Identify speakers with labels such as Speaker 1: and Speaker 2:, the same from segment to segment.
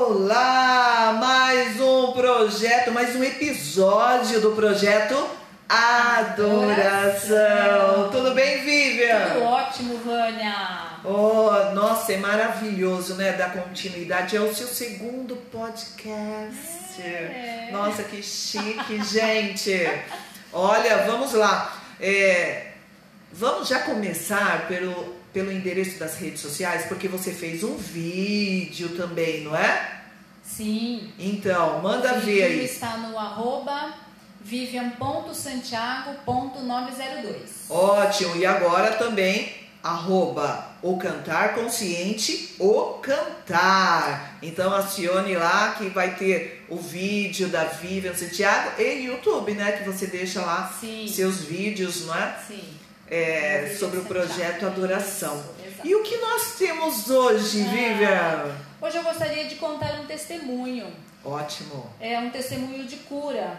Speaker 1: Olá! Mais um projeto, mais um episódio do projeto Adoração.
Speaker 2: Adoração.
Speaker 1: Tudo bem,
Speaker 2: Tudo
Speaker 1: Vivian?
Speaker 2: ótimo, Vânia.
Speaker 1: Oh, nossa, é maravilhoso, né? Da continuidade. É o seu segundo podcast.
Speaker 2: É.
Speaker 1: Nossa, que chique, gente. Olha, vamos lá. É, vamos já começar pelo, pelo endereço das redes sociais, porque você fez um vídeo também, não é?
Speaker 2: Sim.
Speaker 1: Então, manda
Speaker 2: O
Speaker 1: ver
Speaker 2: vídeo
Speaker 1: aí.
Speaker 2: está no arroba vivian.santiago.902.
Speaker 1: Ótimo. E agora também, arroba o cantar consciente, o cantar. Então acione lá que vai ter o vídeo da Vivian Santiago e YouTube, né? Que você deixa lá
Speaker 2: Sim.
Speaker 1: seus vídeos, não é?
Speaker 2: Sim.
Speaker 1: É,
Speaker 2: Vivian
Speaker 1: sobre o
Speaker 2: Santiago.
Speaker 1: projeto Adoração.
Speaker 2: Isso, exato.
Speaker 1: E o que nós temos hoje,
Speaker 2: Ah.
Speaker 1: Vivian?
Speaker 2: Hoje eu gostaria de contar um testemunho.
Speaker 1: Ótimo.
Speaker 2: É um testemunho de cura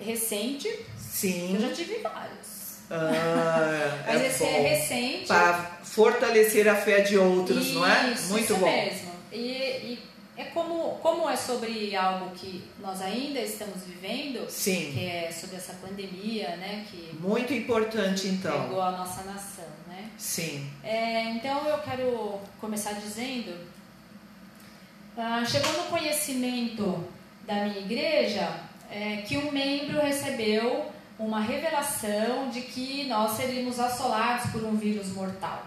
Speaker 2: recente. Eu
Speaker 1: Sim.
Speaker 2: já tive vários.
Speaker 1: Ah,
Speaker 2: Mas esse é
Speaker 1: bom.
Speaker 2: recente.
Speaker 1: para fortalecer a fé de outros, não é?
Speaker 2: Isso,
Speaker 1: Muito
Speaker 2: isso
Speaker 1: bom.
Speaker 2: mesmo. E, e é como, como é sobre algo que nós ainda estamos vivendo,
Speaker 1: Sim,
Speaker 2: que é sobre essa pandemia, né, que
Speaker 1: muito importante então.
Speaker 2: pegou a nossa nação, né?
Speaker 1: Sim,
Speaker 2: É, então eu quero começar dizendo, ah, chegou no conhecimento da minha igreja é, que um membro recebeu uma revelação de que nós seríamos assolados por um vírus mortal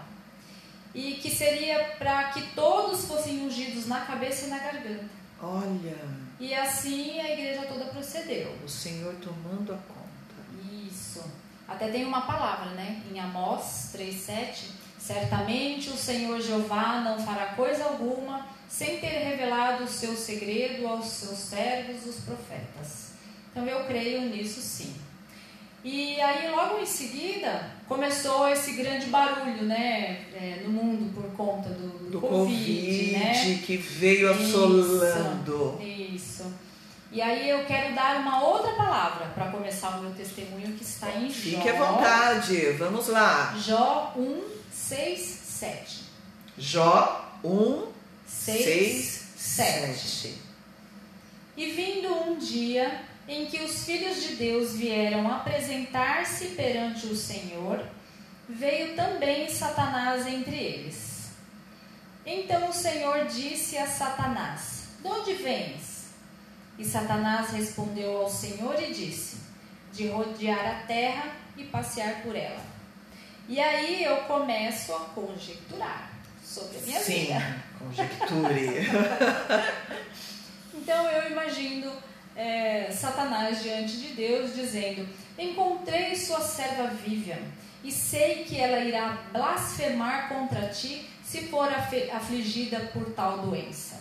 Speaker 2: e que seria para que todos fossem ungidos na cabeça e na garganta.
Speaker 1: olha,
Speaker 2: E assim a igreja toda procedeu.
Speaker 1: o Senhor tomando a conta.
Speaker 2: Isso. Até tem uma palavra, né? Em Amós 3,7. Certamente o Senhor Jeová não fará coisa alguma sem ter revelado o seu segredo aos seus servos, os profetas. Então eu creio nisso sim. E aí, logo em seguida, começou esse grande barulho, né? é, no mundo por conta do, do
Speaker 1: Do
Speaker 2: COVID,
Speaker 1: Covid,
Speaker 2: né?
Speaker 1: que veio assolando.
Speaker 2: Isso. E aí eu quero dar uma outra palavra para começar o meu testemunho que está em Jó.
Speaker 1: Fique à vontade, vamos lá.
Speaker 2: Jó 1, 6, 7.
Speaker 1: Jó 1,
Speaker 2: 6,
Speaker 1: 6,
Speaker 2: 7.
Speaker 1: 7.
Speaker 2: E vindo um dia em que os filhos de Deus vieram apresentar-se perante o Senhor, veio também Satanás entre eles. Então o Senhor disse a Satanás: De onde vens? E Satanás respondeu ao Senhor e disse: De rodear a terra e passear por ela. E aí eu começo a conjecturar sobre a minha
Speaker 1: Sim,
Speaker 2: vida.
Speaker 1: conjecture.
Speaker 2: Então eu imagino é, Satanás diante de Deus dizendo: Encontrei sua serva Vivian e sei que ela irá blasfemar contra ti se for afe- afligida por tal doença.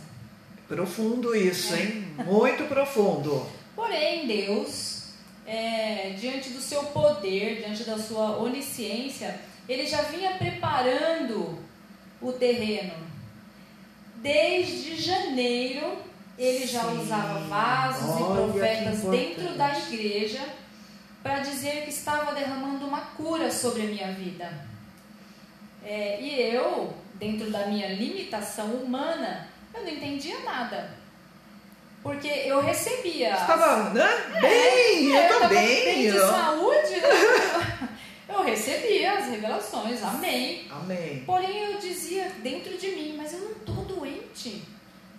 Speaker 1: profundo isso, hein? Muito profundo.
Speaker 2: Porém, Deus, é, diante do seu poder, diante da sua onisciência, ele já vinha preparando o terreno. Desde janeiro, ele já
Speaker 1: Sim.
Speaker 2: usava vasos
Speaker 1: Olha que
Speaker 2: e profetas dentro
Speaker 1: importante.
Speaker 2: da igreja para dizer que estava derramando uma cura sobre a minha vida. É, e eu, dentro da minha limitação humana, eu não entendia nada. Porque eu recebia.
Speaker 1: Estava, né? Bem,
Speaker 2: É,
Speaker 1: eu
Speaker 2: tava
Speaker 1: também.
Speaker 2: bem de
Speaker 1: eu-
Speaker 2: saúde, né? Eu recebia as revelações, amém.
Speaker 1: Amém.
Speaker 2: Porém, eu dizia dentro de mim, mas eu não tô doente.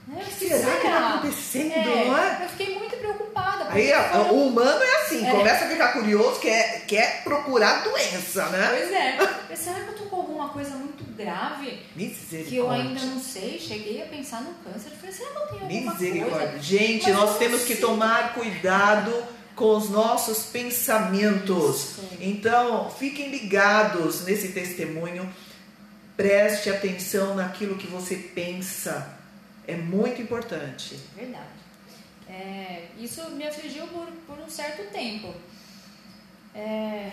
Speaker 2: Né?
Speaker 1: O que
Speaker 2: O que
Speaker 1: será que
Speaker 2: será?
Speaker 1: está acontecendo,
Speaker 2: É,
Speaker 1: não é?
Speaker 2: Eu fiquei muito preocupada. porque um
Speaker 1: Aí ó,
Speaker 2: foram-
Speaker 1: o humano é assim,
Speaker 2: É.
Speaker 1: começa a ficar curioso, quer, quer procurar doença, né?
Speaker 2: Pois é. Mas Será que eu tô com alguma coisa muito grave
Speaker 1: Misericórdia.
Speaker 2: que eu ainda não sei? Cheguei a pensar no câncer. Eu Falei, será que eu tenho alguma
Speaker 1: Misericórdia.
Speaker 2: coisa?
Speaker 1: Gente,
Speaker 2: Mas
Speaker 1: nós
Speaker 2: como
Speaker 1: temos que
Speaker 2: assim?
Speaker 1: tomar cuidado com os nossos pensamentos.
Speaker 2: Isso.
Speaker 1: Então, fiquem ligados nesse testemunho. Preste atenção naquilo que você pensa. É muito importante.
Speaker 2: Verdade. É, isso me afligiu por, por um certo tempo. É,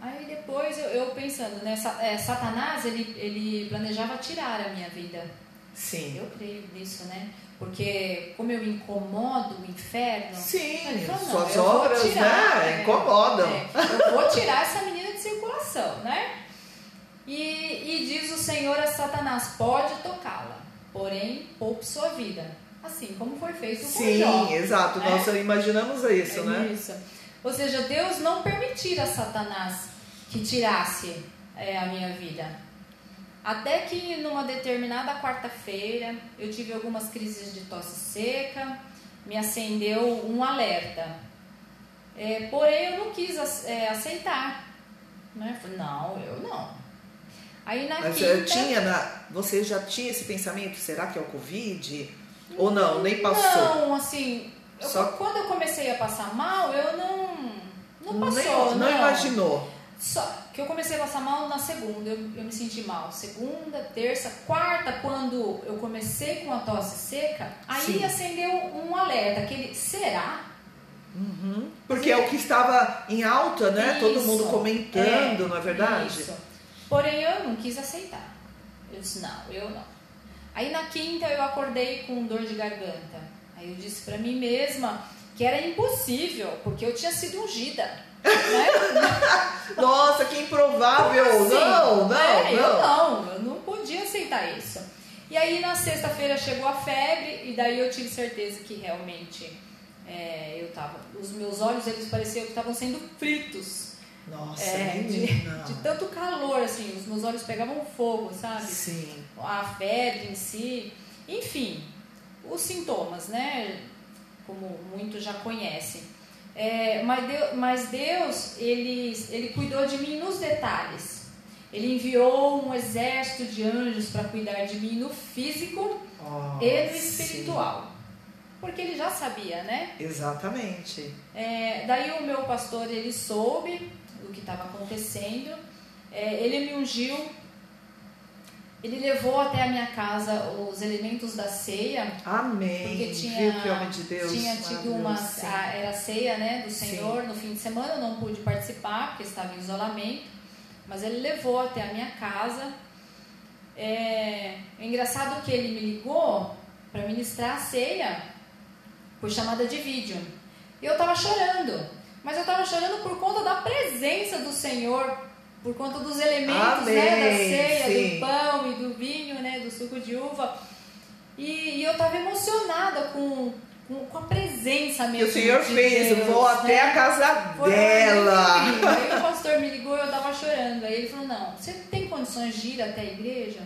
Speaker 2: aí depois eu, eu pensando, né, sa- é, Satanás ele, ele planejava tirar a minha vida.
Speaker 1: Sim.
Speaker 2: Eu creio nisso, né? Porque como eu incomodo o inferno,
Speaker 1: Sim,
Speaker 2: Ele falou, não,
Speaker 1: suas
Speaker 2: eu vou
Speaker 1: obras
Speaker 2: tirar,
Speaker 1: né,
Speaker 2: é.
Speaker 1: incomodam.
Speaker 2: é, eu vou tirar essa menina de circulação, né? E, e diz o Senhor a Satanás, pode tocá-la. porém poupe sua vida, assim como foi feito com
Speaker 1: Sim,
Speaker 2: Jó.
Speaker 1: exato.
Speaker 2: né?
Speaker 1: Nós imaginamos isso,
Speaker 2: É
Speaker 1: né?
Speaker 2: isso. Ou seja, Deus não permitira Satanás que tirasse é, a minha vida. Até que numa determinada quarta-feira eu tive algumas crises de tosse seca, me acendeu um alerta. É, porém, eu não quis ac- é, aceitar. Né? Falei, não, eu não. Aí na
Speaker 1: Mas
Speaker 2: quinta,
Speaker 1: eu tinha na- você já tinha esse pensamento, será que é o Covid? Ou não, nem passou?
Speaker 2: Não, assim, eu-
Speaker 1: Só-
Speaker 2: quando eu comecei a passar mal, eu não. Não passou,
Speaker 1: Nem- não,
Speaker 2: não.
Speaker 1: imaginou.
Speaker 2: Só que eu comecei a passar mal na segunda, eu, eu me senti mal. Segunda, terça, quarta, quando eu comecei com a tosse seca, aí
Speaker 1: Sim.
Speaker 2: acendeu um alerta, aquele será?
Speaker 1: Porque é o que estava em alta, né? Todo
Speaker 2: Isso.
Speaker 1: mundo comentando, não é verdade?
Speaker 2: Isso. Porém, eu não quis aceitar. Eu disse, não, eu não. Aí na quinta eu acordei com dor de garganta. Aí eu disse pra mim mesma que era impossível, porque eu tinha sido ungida. Né?
Speaker 1: Nossa, que improvável!
Speaker 2: Como assim?
Speaker 1: não, não,
Speaker 2: É, Eu
Speaker 1: não.
Speaker 2: não, eu não podia aceitar isso. E aí na sexta-feira chegou a febre e daí eu tive certeza que realmente é, eu tava. Os meus olhos eles pareciam que estavam sendo fritos
Speaker 1: Nossa,
Speaker 2: É,
Speaker 1: menina.
Speaker 2: de tanto calor, assim, os meus olhos pegavam fogo, sabe?
Speaker 1: Sim.
Speaker 2: a febre em si, enfim, os sintomas, né? Como muitos já conhecem. É, mas Deu- mas Deus, ele, ele cuidou de mim nos detalhes. Ele enviou um exército de anjos para cuidar de mim no físico
Speaker 1: Ó,
Speaker 2: e no
Speaker 1: sim.
Speaker 2: espiritual. Porque ele já sabia, né?
Speaker 1: Exatamente.
Speaker 2: É, daí o meu pastor ele soube do que estava acontecendo, é, ele me ungiu, ele levou até a minha casa os elementos da ceia,
Speaker 1: Amém.
Speaker 2: porque
Speaker 1: Viu
Speaker 2: tinha,
Speaker 1: que homem de Deus?
Speaker 2: tinha tido uma
Speaker 1: maravilhoso, sim.
Speaker 2: a- era a ceia né, do
Speaker 1: Sim.
Speaker 2: Senhor no fim de semana, eu não pude participar porque estava em isolamento, mas ele levou até a minha casa. É, é engraçado que ele me ligou para ministrar a ceia por chamada de vídeo. E eu estava chorando, mas eu estava chorando por conta da presença do Senhor, por conta dos elementos né, da
Speaker 1: Amém,
Speaker 2: ceia,
Speaker 1: sim.
Speaker 2: do pão e do vinho, né, do suco de uva. E, e eu estava emocionada com, com, com a presença
Speaker 1: que
Speaker 2: mesmo.
Speaker 1: o senhor
Speaker 2: de
Speaker 1: fez,
Speaker 2: Deus,
Speaker 1: vou
Speaker 2: né?
Speaker 1: até a casa
Speaker 2: Foi
Speaker 1: dela.
Speaker 2: muito lindo. Aí o pastor me ligou e eu tava chorando. Aí ele falou, não, você tem condições de ir até a igreja?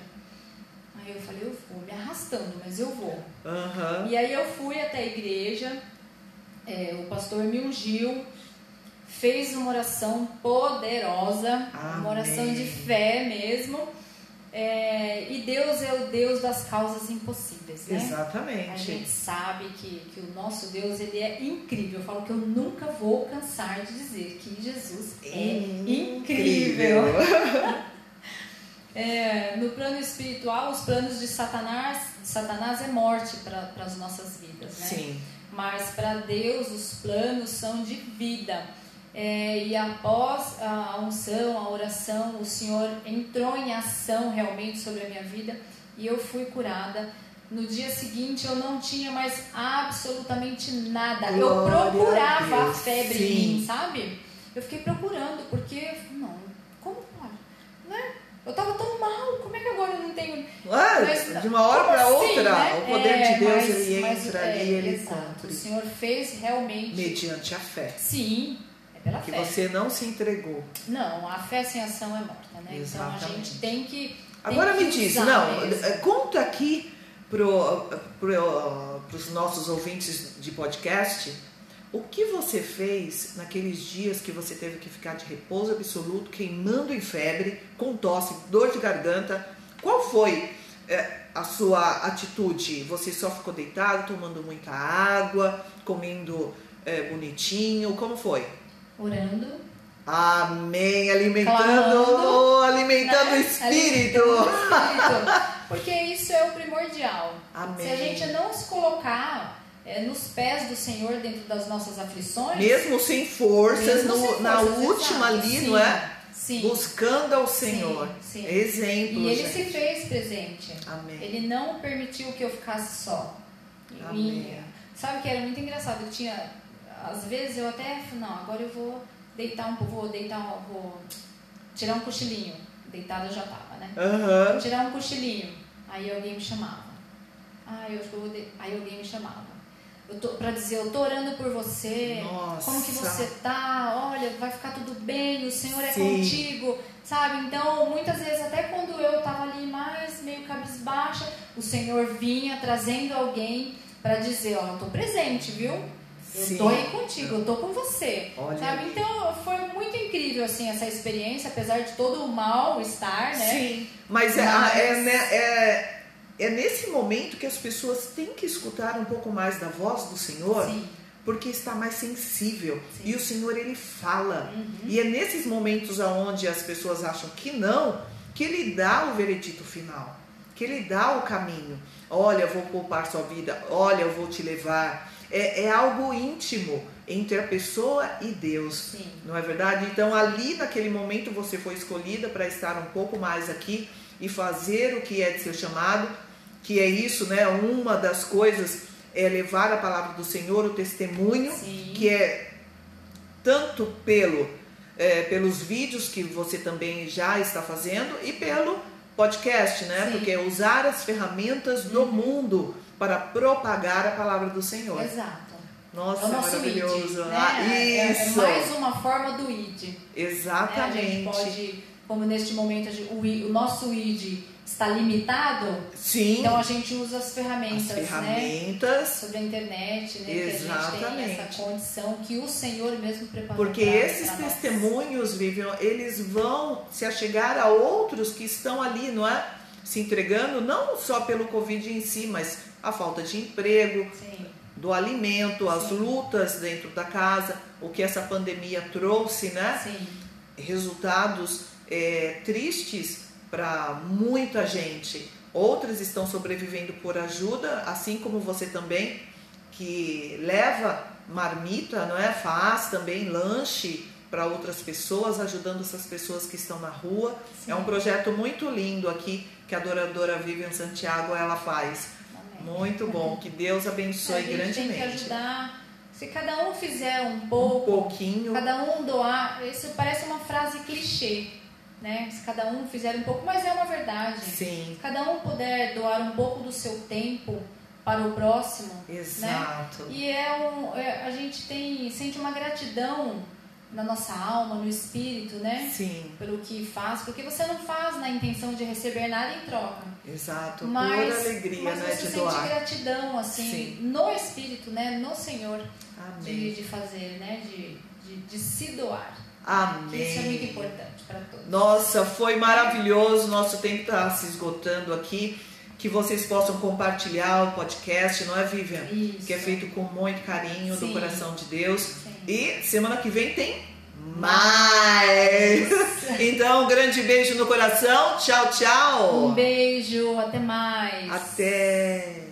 Speaker 2: Aí eu falei, eu vou, me arrastando, mas eu vou.
Speaker 1: Aham.
Speaker 2: E aí eu fui até a igreja, é, o pastor me ungiu, fez uma oração poderosa,
Speaker 1: Amém.
Speaker 2: uma oração de fé mesmo. É, e Deus é o Deus das causas impossíveis, né? A gente
Speaker 1: Exatamente.
Speaker 2: sabe que, que o nosso Deus ele é incrível. Eu falo que eu nunca vou cansar de dizer que Jesus é incrível. né? É, no plano espiritual, os planos de Satanás, Satanás é morte para as nossas vidas, né?
Speaker 1: Sim.
Speaker 2: Mas para Deus os planos são de vida. É, e após a unção, a oração, o Senhor entrou em ação realmente sobre a minha vida e eu fui curada. No dia seguinte eu não tinha mais absolutamente nada. eu
Speaker 1: Glória a
Speaker 2: procurava a,
Speaker 1: Deus,
Speaker 2: febre
Speaker 1: sim.
Speaker 2: em mim, sabe? Eu fiquei procurando, porque eu falei, não, como pode? Né? Eu tava tão mal, como é que agora eu não tenho
Speaker 1: Ah,
Speaker 2: mas,
Speaker 1: de uma hora
Speaker 2: como
Speaker 1: para
Speaker 2: assim,
Speaker 1: outra,
Speaker 2: né?
Speaker 1: o poder
Speaker 2: É,
Speaker 1: de Deus
Speaker 2: mas-
Speaker 1: ele
Speaker 2: mas,
Speaker 1: entra
Speaker 2: é,
Speaker 1: ali, ele
Speaker 2: exato. O
Speaker 1: cumpre.
Speaker 2: Senhor fez realmente.
Speaker 1: Mediante a fé.
Speaker 2: Sim, é pela
Speaker 1: Que
Speaker 2: fé.
Speaker 1: você não se entregou.
Speaker 2: Não, a fé sem ação é morta, né? Então a
Speaker 1: Exatamente.
Speaker 2: gente tem que. tem
Speaker 1: Agora
Speaker 2: que
Speaker 1: me diz,
Speaker 2: usar
Speaker 1: não,
Speaker 2: mesmo.
Speaker 1: eh, conta aqui pro, pro, pros nossos ouvintes de podcast o que você fez naqueles dias que você teve que ficar de repouso absoluto, queimando em febre, com tosse, dor de garganta. Qual foi eh, a sua atitude? Você só ficou deitado, tomando muita água, comendo eh, bonitinho? Como foi?
Speaker 2: Orando.
Speaker 1: Amém, alimentando,
Speaker 2: Clamando,
Speaker 1: alimentando o
Speaker 2: né?
Speaker 1: espírito.
Speaker 2: Alimentando o espírito. Porque isso é o primordial.
Speaker 1: Amém.
Speaker 2: Se a gente não se colocar eh, nos pés do Senhor dentro das nossas aflições.
Speaker 1: Mesmo sem forças,
Speaker 2: mesmo
Speaker 1: no-
Speaker 2: sem
Speaker 1: na
Speaker 2: forças,
Speaker 1: última
Speaker 2: exato.
Speaker 1: ali,
Speaker 2: Sim,
Speaker 1: não é?
Speaker 2: Sim.
Speaker 1: Buscando ao Senhor.
Speaker 2: sim.
Speaker 1: Exemplo,
Speaker 2: E ele
Speaker 1: gente.
Speaker 2: se fez presente.
Speaker 1: Amém.
Speaker 2: Ele não permitiu que eu ficasse só. E-
Speaker 1: Amém.
Speaker 2: sabe que era muito engraçado. Eu tinha, às vezes eu até falei, não, agora eu vou deitar um pouco, vou deitar, um- vou tirar um cochilinho. Deitada eu já tava, né?
Speaker 1: Aham.
Speaker 2: Vou tirar um cochilinho. Aí alguém me chamava. Ah, eu acho que eu vou. De... Aí alguém me chamava. Eu tô, pra dizer, eu tô orando por você.
Speaker 1: Nossa.
Speaker 2: Como que você tá? Olha, vai ficar tudo bem, o Senhor é
Speaker 1: Sim.
Speaker 2: contigo. Sabe? Então, muitas vezes, até quando eu tava ali mais meio cabisbaixa, o Senhor vinha trazendo alguém pra dizer, ó, eu tô presente, viu? Eu
Speaker 1: Sim.
Speaker 2: tô aí contigo, eu tô com você.
Speaker 1: Olha
Speaker 2: Sabe?
Speaker 1: aí.
Speaker 2: Então, foi muito incrível, assim, essa experiência, apesar de todo o mal estar, né?
Speaker 1: Sim, mas, é,
Speaker 2: Mas-
Speaker 1: é, né, é, é nesse momento que as pessoas têm que escutar um pouco mais da voz do Senhor,
Speaker 2: Sim.
Speaker 1: porque está mais sensível.
Speaker 2: Sim.
Speaker 1: E o Senhor, ele fala.
Speaker 2: Uhum.
Speaker 1: E é nesses momentos onde as pessoas acham que não, que ele dá o veredito final, que ele dá o caminho. Olha, eu vou poupar sua vida, olha, eu vou te levar. É, é algo íntimo entre a pessoa e Deus.
Speaker 2: Sim.
Speaker 1: Não é verdade? Então, ali naquele momento, você foi escolhida para estar um pouco mais aqui e fazer o que é de seu chamado, que é isso, né? Uma das coisas é levar a palavra do Senhor, o testemunho,
Speaker 2: Sim.
Speaker 1: que é tanto pelo é, pelos vídeos que você também já está fazendo e pelo podcast, né?
Speaker 2: Sim. Uhum.
Speaker 1: Porque é usar as ferramentas do mundo para propagar a palavra do Senhor.
Speaker 2: Exato.
Speaker 1: Nossa,
Speaker 2: é o nosso
Speaker 1: maravilhoso.
Speaker 2: id, né?
Speaker 1: Ah,
Speaker 2: É- é-
Speaker 1: isso.
Speaker 2: É, mais uma forma do id. Né? A gente
Speaker 1: Exatamente.
Speaker 2: pode, como neste momento a gente- o, i- o nosso id está limitado,
Speaker 1: Sim,
Speaker 2: então é né? a gente usa as ferramentas,
Speaker 1: as ferramentas.
Speaker 2: né? Sobre a internet, né? Que a gente tem
Speaker 1: Exatamente.
Speaker 2: essa condição que o Senhor mesmo preparou.
Speaker 1: Porque
Speaker 2: pra-
Speaker 1: esses
Speaker 2: pra nós.
Speaker 1: testemunhos, Vivian, eles vão se achegar a outros que estão ali, não é? Se entregando, não só pelo Covid em si, mas a falta de emprego,
Speaker 2: Sim,
Speaker 1: do alimento, as lutas dentro da casa, o que essa pandemia trouxe, né?
Speaker 2: sim,
Speaker 1: resultados é, tristes para muita gente. Outras estão sobrevivendo por ajuda, assim como você também, que leva marmita, não é? Faz também lanche para outras pessoas, ajudando essas pessoas que estão na rua.
Speaker 2: sim.
Speaker 1: É um projeto muito lindo aqui que a adoradora Vivian Santiago ela faz.
Speaker 2: Amém.
Speaker 1: Muito bom, que Deus abençoe
Speaker 2: a gente tem que
Speaker 1: grandemente.
Speaker 2: ajudar. Se cada um fizer um
Speaker 1: Um
Speaker 2: pouco,
Speaker 1: pouquinho,
Speaker 2: Cada um doar, isso parece uma frase clichê, né? Se cada um fizer um pouco, mas é uma verdade.
Speaker 1: sim,
Speaker 2: Se cada um puder doar um pouco do seu tempo para o próximo,
Speaker 1: exato.
Speaker 2: Né? e é um, é- a gente tem sente uma gratidão na nossa alma, no espírito, né?
Speaker 1: Sim,
Speaker 2: Pelo que faz, porque você não faz na intenção de receber nada em troca.
Speaker 1: exato.
Speaker 2: Mas,
Speaker 1: Pura alegria,
Speaker 2: mas
Speaker 1: né,
Speaker 2: você
Speaker 1: de
Speaker 2: sente
Speaker 1: doar.
Speaker 2: gratidão, assim,
Speaker 1: Sim.
Speaker 2: no espírito, né? No Senhor de,
Speaker 1: Amém.
Speaker 2: de fazer, né? De, de, de se doar. Que Isso é muito
Speaker 1: Amém.
Speaker 2: importante para todos.
Speaker 1: Nossa, foi maravilhoso. Nosso tempo está se esgotando aqui. Que vocês possam compartilhar o podcast, não é, Vivian?
Speaker 2: Isso.
Speaker 1: Que é feito com muito carinho do
Speaker 2: Sim.
Speaker 1: coração de Deus.
Speaker 2: Sim.
Speaker 1: E semana que vem tem mais. Então, um grande beijo no coração. Tchau, tchau.
Speaker 2: Um beijo, até Um mais.
Speaker 1: Até.